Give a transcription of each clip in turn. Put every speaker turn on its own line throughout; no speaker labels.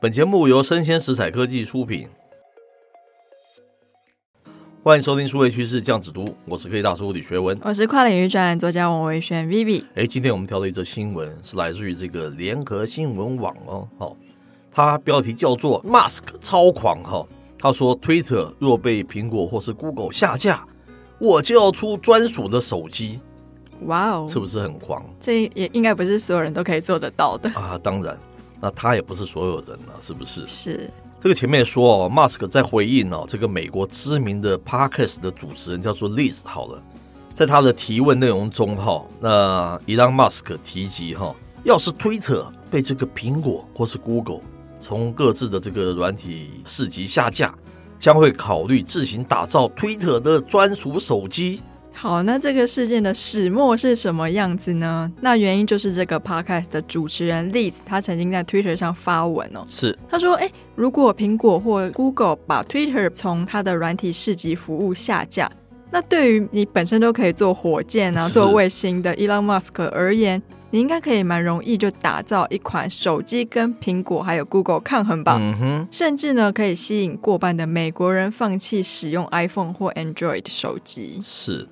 本节目由生鲜食材科技出品，欢迎收听数位趋势酱子读，我是科技大叔李学文。
我是跨领域专栏作家王维轩 Vivi。
哎，今天我们挑的一则新闻是来自于这个联合新闻网哦，好、它标题叫做 “Mask 超狂”哈、他说，Twitter 若被苹果或是 Google 下架，我就要出专属的手机，
哇哦，
是不是很狂
这也应该不是所有人都可以做得到的。
啊？当然，那他也不是所有人了、是不是？
是，
这个前面也说哦，Musk 在回应哦，这个美国知名的 Podcast 的主持人叫做 Liz 好了，在他的提问内容中哈、那伊朗 Musk 提及哈、要是 Twitter 被这个苹果或是 Google 从各自的这个软体市集下架，将会考虑自行打造 Twitter 的专属手机。
好，那这个事件的始末是什么样子呢？那原因就是这个 podcast 的主持人 Liz，他曾经在 Twitter 上发文哦，
是
他说：“诶，如果苹果或 Google 把 Twitter 从它的软体市集服务下架，那对于你本身都可以做火箭啊、
是
做卫星的 Elon Musk 而言，你应该可以蛮容易就打造一款手机跟苹果还有 Google 抗衡吧。
嗯哼，
甚至呢，可以吸引过半的美国人放弃使用 iPhone 或 Android 手机。
是。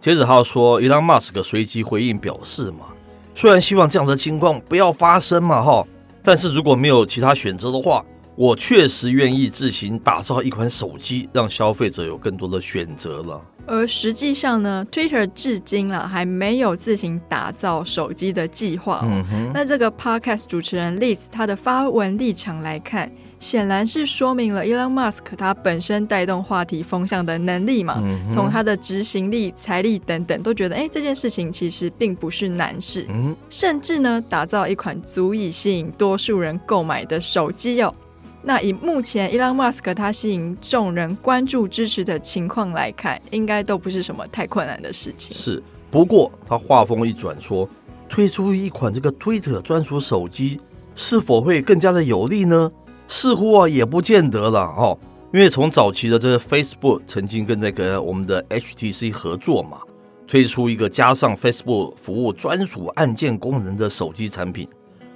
接着他说，伊朗 Musk 随即回应表示嘛，虽然希望这样的情况不要发生嘛哈，但是如果没有其他选择的话，我确实愿意自行打造一款手机，让消费者有更多的选择了。
而实际上呢，Twitter 至今了还没有自行打造手机的计划、哦。
嗯哼，
那这个 podcast 主持人 Liz 他的发文立场来看，显然是说明了 Elon Musk 他本身带动话题风向的能力嘛，
嗯
从他的执行力、财力等等，都觉得哎、诶这件事情其实并不是难事，
嗯，
甚至呢打造一款足以吸引多数人购买的手机哦。那以目前 Elon Musk 他吸引众人关注支持的情况来看，应该都不是什么太困难的事情。
是。不过他话锋一转说，推出一款这个 Twitter 专属手机，是否会更加的有利呢？似乎啊也不见得了哦，因为从早期的这个 Facebook 曾经跟那个我们的 HTC 合作嘛，推出一个加上 Facebook 服务专属按键功能的手机产品。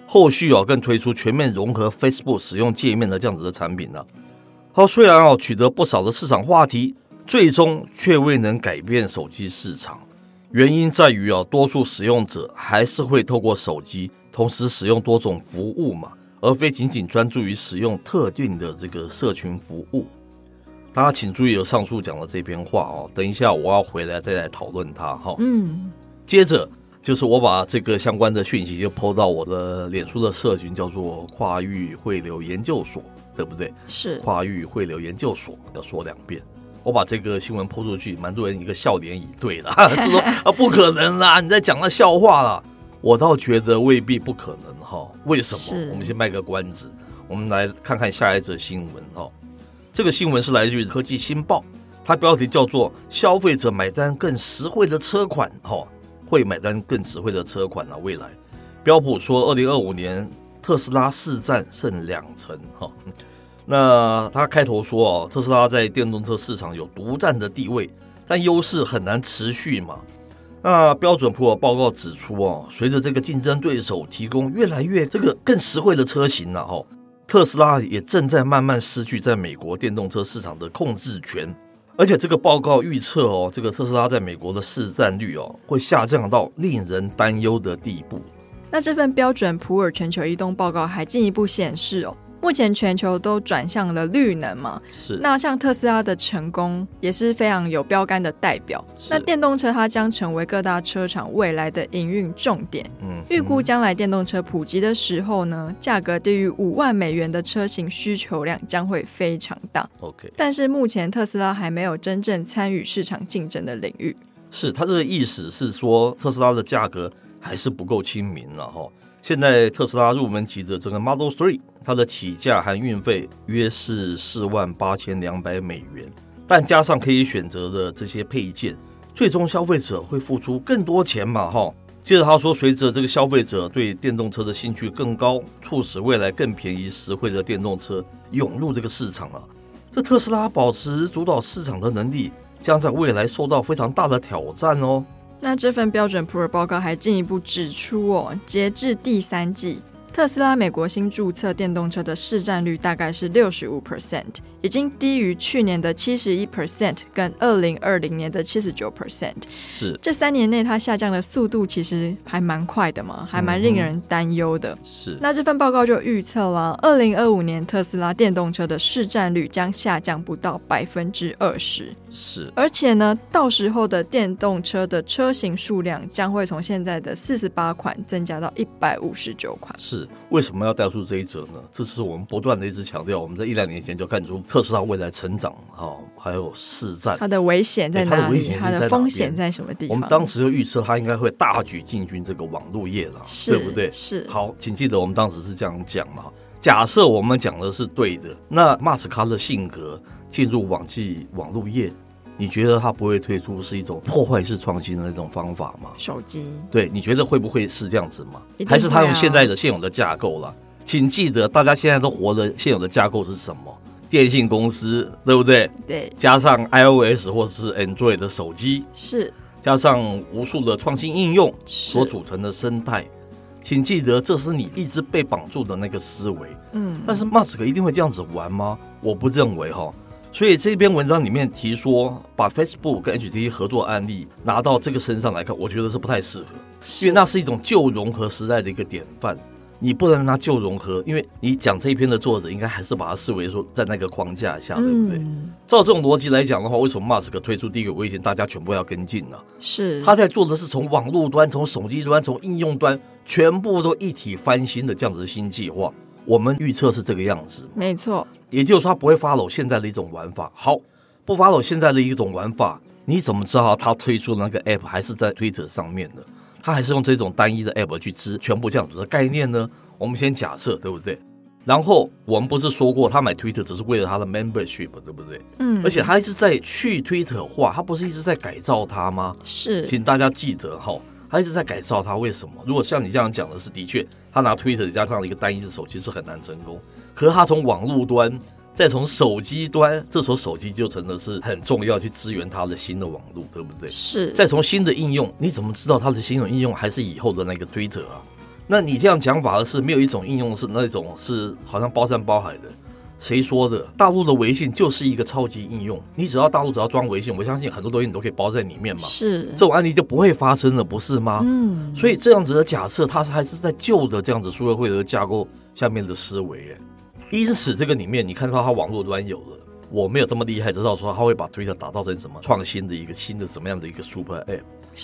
后续哦，更推出全面融合 Facebook 使用界面的这样子的产品呢、它虽然哦取得不少的市场话题，最终却未能改变手机市场。原因在于哦，多数使用者还是会透过手机同时使用多种服务嘛，而非仅仅专注于使用特定的这个社群服务。大家请注意，有哦上述讲的这篇话哦，等一下我要回来再来讨论它哈、
嗯，
接着就是我把这个相关的讯息就抛到我的脸书的社群，叫做跨域汇流研究所，对不对？
是
跨域汇流研究所，要说两遍。我把这个新闻抛出去，蛮多人一个笑脸以对的， 是说啊不可能啦，你在讲那笑话啦。我倒觉得未必不可能哈，为什么
是？
我们先卖个关子，我们来看看下一则新闻哈。这个新闻是来自于科技新报，它标题叫做“消费者买单更实惠的车款”哈，会买单更实惠的车款啊，未来标普说，二零二五年特斯拉市占剩两成哈。那他开头说哦，特斯拉在电动车市场有独占的地位，但优势很难持续嘛。那标准普尔报告指出哦，随着这个竞争对手提供越来越这个更实惠的车型了、哦，特斯拉也正在慢慢失去在美国电动车市场的控制权。而且这个报告预测哦，这个特斯拉在美国的市占率哦会下降到令人担忧的地步。
那这份标准普尔全球移动报告还进一步显示哦，目前全球都转向了绿能嘛。
是
那像特斯拉的成功也是非常有标杆的代表。
是
那电动车它将成为各大车厂未来的营运重点。
嗯
预估将来电动车普及的时候呢，价格低于五万美元的车型需求量将会非常大。
OK。
但是目前特斯拉还没有真正参与市场竞争的领域。
是，他这个意思是说，特斯拉的价格还是不够亲民了哈。现在特斯拉入门级的这个 Model 3，它的起价含运费约是四万八千两百美元，但加上可以选择的这些配件，最终消费者会付出更多钱嘛哈。接着他说，随着这个消费者对电动车的兴趣更高，促使未来更便宜实惠的电动车涌入这个市场啊，这特斯拉保持主导市场的能力，将在未来受到非常大的挑战哦。
那这份标准普尔报告还进一步指出哦，截至第三季，特斯拉美国新注册电动车的市占率大概是六十五 percent，已经低于去年的七十一 percent 跟二零二零年的七十九 percent。
是
这三年内它下降的速度其实还蛮快的
嗯
嘛，还蛮令人担忧的。
是，
那这份报告就预测了，二零二五年特斯拉电动车的市占率将下降不到百分之二十，
是
而且呢，到时候的电动车的车型数量将会从现在的四十八款增加到一百五十九款。
是，为什么要带出这一则呢？这是我们不断的一直强调，我们在一两年前就看出特斯拉未来成长哦，还有市占。
它的危险在
对哎它的
哪
危
里？
险是
它
在哪
的风
边
险在什么地
我
方？
们当时就预测它应该会大举进军这个网络业了，
是
对不对？
是
好，请记得我们当时是这样讲嘛。假设我们讲的是对的，那马斯克的性格进入网际网络业，你觉得他不会推出是一种破坏式创新的那种方法吗？
手机
对，你觉得会不会是这样子吗？
一定会啊
还是他用现在的现有的架构啦？请记得，大家现在都活的现有的架构是什么？电信公司，对不对？
对
加上 iOS 或是 Android 的手机，
是
加上无数的创新应用所
是
组成的生态。请记得，这是你一直被绑住的那个思维。
嗯
但是马斯克一定会这样子玩吗？我不认为哈。所以这篇文章里面提说，把 Facebook 跟 HTT 合作案例拿到这个身上来看，我觉得是不太适合，因
是
为那是一种旧融合时代的一个典范。你不能拿旧融合，因为你讲这一篇的作者应该还是把它视为说在那个框架下，对不对？
嗯
照这种逻辑来讲的话，为什么马斯克推出第一个危险，大家全部要跟进呢、
是
他在做的是从网络端、从手机端、从应用端，全部都一体翻新的这样子的新计划。我们预测是这个样子，
没错
也就是说，他不会 follow 现在的一种玩法。好，不 follow 现在的一种玩法，你怎么知道他推出的那个 app 还是在 Twitter 上面呢？他还是用这种单一的 app 去吃全部这样子的概念呢？我们先假设，对不对？然后我们不是说过，他买 Twitter 只是为了他的 membership，对不对？
嗯
而且他一直在去 Twitter 化，他不是一直在改造它吗？
是
请大家记得哈，他一直在改造他为什么？如果像你这样讲的是，的确，他拿 Twitter 加上一个单一的手机是很难成功。可是他从网络端，再从手机端，这时候手机就成了是很重要去支援他的新的网络，对不对？
是
再从新的应用，你怎么知道它的新的应用还是以后的那个 Twitter 啊？那你这样讲法的是，没有一种应用是那种是好像包山包海的。谁说的？大陆的微信就是一个超级应用，你只要大陆只要装微信，我相信很多东西你都可以包在里面嘛。
是
这种案例就不会发生了，不是吗？
嗯
所以这样子的假设，它是还是在旧的这样子数位会的架构下面的思维耶。因此，这个里面你看到它网络端有了，我没有这么厉害，知道说它会把 Twitter 打造成什么创新的一个新的什么样的一个 Super App，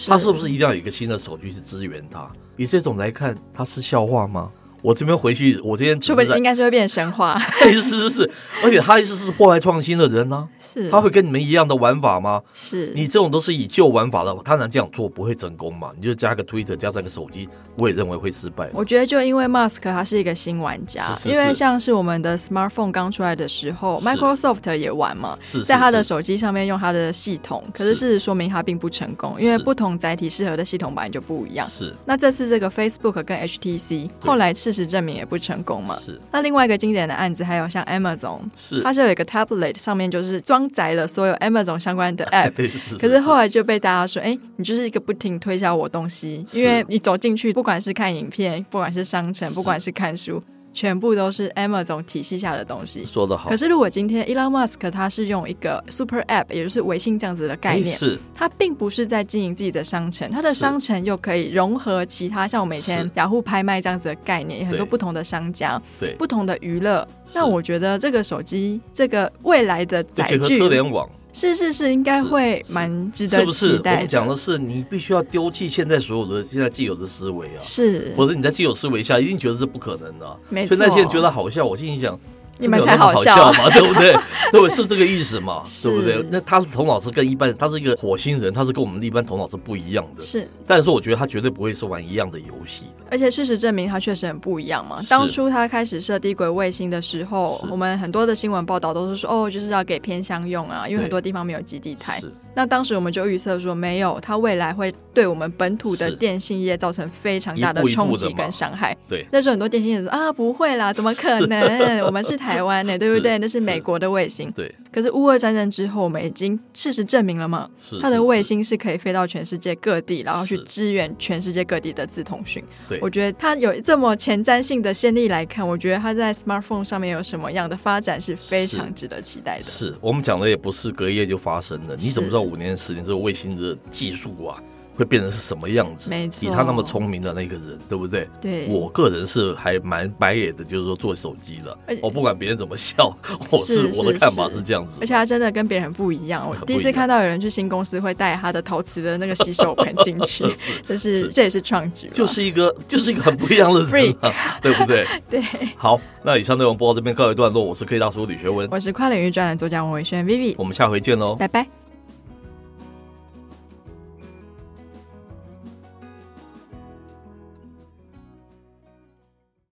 它是不是一定要有一个新的手机去支援它？以这种来看，它是笑话吗？我这边回去，我今天只
说不
是
定
在
应，该是会变神话
是是是，而且他意思是破坏创新的人呢、
是
他会跟你们一样的玩法吗？
是
你这种都是以旧玩法的，当然这样做不会成功嘛。你就加个 Twitter，加上个手机，我也认为会失败。
嗯我觉得就因为 Musk 他是一个新玩家，
是是
因为
是
像是我们的 smartphone 刚出来的时候
是
，Microsoft 也玩嘛，
是是
在他的
是
手机上面用他的系统，可是
是
事实说明他并不成功，因为
是
不同载体适合的系统本来就不一样。
是
那这次这个 Facebook 跟 HTC 后来事实证明也不成功嘛。
是
那另外一个经典的案子还有像 Amazon，
是
它是有一个 tablet 上面就是装载了所有 Amazon 相关的 app，
对是，
可是后来就被大家说，哎、你就是一个不停推销我东西，
是
因为你走进去，不管是看影片，不管是商城，不管是看书，全部都是 Amazon 体系下的东西。
说的好
可，是如果今天 Elon Musk 他是用一个 Super App，也就是微信这样子的概
哎
念，
是
他并不是在经营自己的商城，他的
是
商城又可以融合其他像我们以前
是
雅虎拍卖这样子的概念，有很多
对
不同的商家、
对，
不同的娱乐。
是
那我觉得这个手机，这个未来的
就
载
结合
具，
车联网，
是是是，应该
是
会
是
蛮值
是
得
不
期
是？我
待
们讲的是你必须要丢弃现在所有的现在既有的思维啊，
是
否则你在既有思维下一定觉得是不可能的啊、
没
所
哎错。
以那些人觉得好笑，我心里想，
你们
真的有那么
才好笑
笑嘛， 对不对？对，是这个意思嘛，
是
对不对？那他的头脑是跟一般，他是一个火星人，他是跟我们一般头脑是不一样的。
是，
但是说我觉得他绝对不会是玩一样的游戏的。
而且事实证明它确实很不一样嘛
是。
当初它开始设低轨卫星的时候
是，
我们很多的新闻报道都是说，哦，就是要给偏乡用啊，因为
对
很多地方没有基地台。
是
那当时我们就预测说，没有，它未来会对我们本土的
是
电信业造成非常大
一
的
步一步
冲
的
击
嘛
跟伤害。
对
那时候很多电信业者说啊，不会啦，怎么可能？我们是台湾呢、对不对？那是
是
美国的卫星。
对，
可是乌俄战争之后，我们已经事实证明了嘛，
是
它的
是
卫
是
星是可以飞到全世界各地，然后去
是
支援全世界各地的自通讯。
对
我觉得它有这么前瞻性的先例来看，我觉得它在 smartphone 上面有什么样的发展是非
是
常值得期待的。
是我们讲的也不是隔夜就发生的，你怎么
是
知道五年、十年这个卫星的技术啊会变成是什么样子？
没错
以他那么聪明的那个人，对不对？
对，
我个人是还蛮白眼的，就是说做手机了
而且，
我不管别人怎么笑， 我
是
我的
是
看法
是
是这样子
而。且它真的跟别人不一样。我
很
第 一
不一
次
样
看到有人去新公司会带他的陶瓷的那个洗手盆进去，就 是
是
这也是创举吧，
就是一个就是一个很不一样的人、啊， 对不 对？
对。
好，那以上内容播到这边告一段落，我是 K 大叔李学文，
我是跨领域专栏作家王伟轩 Vivi，
我们下回见喽，哦
拜拜。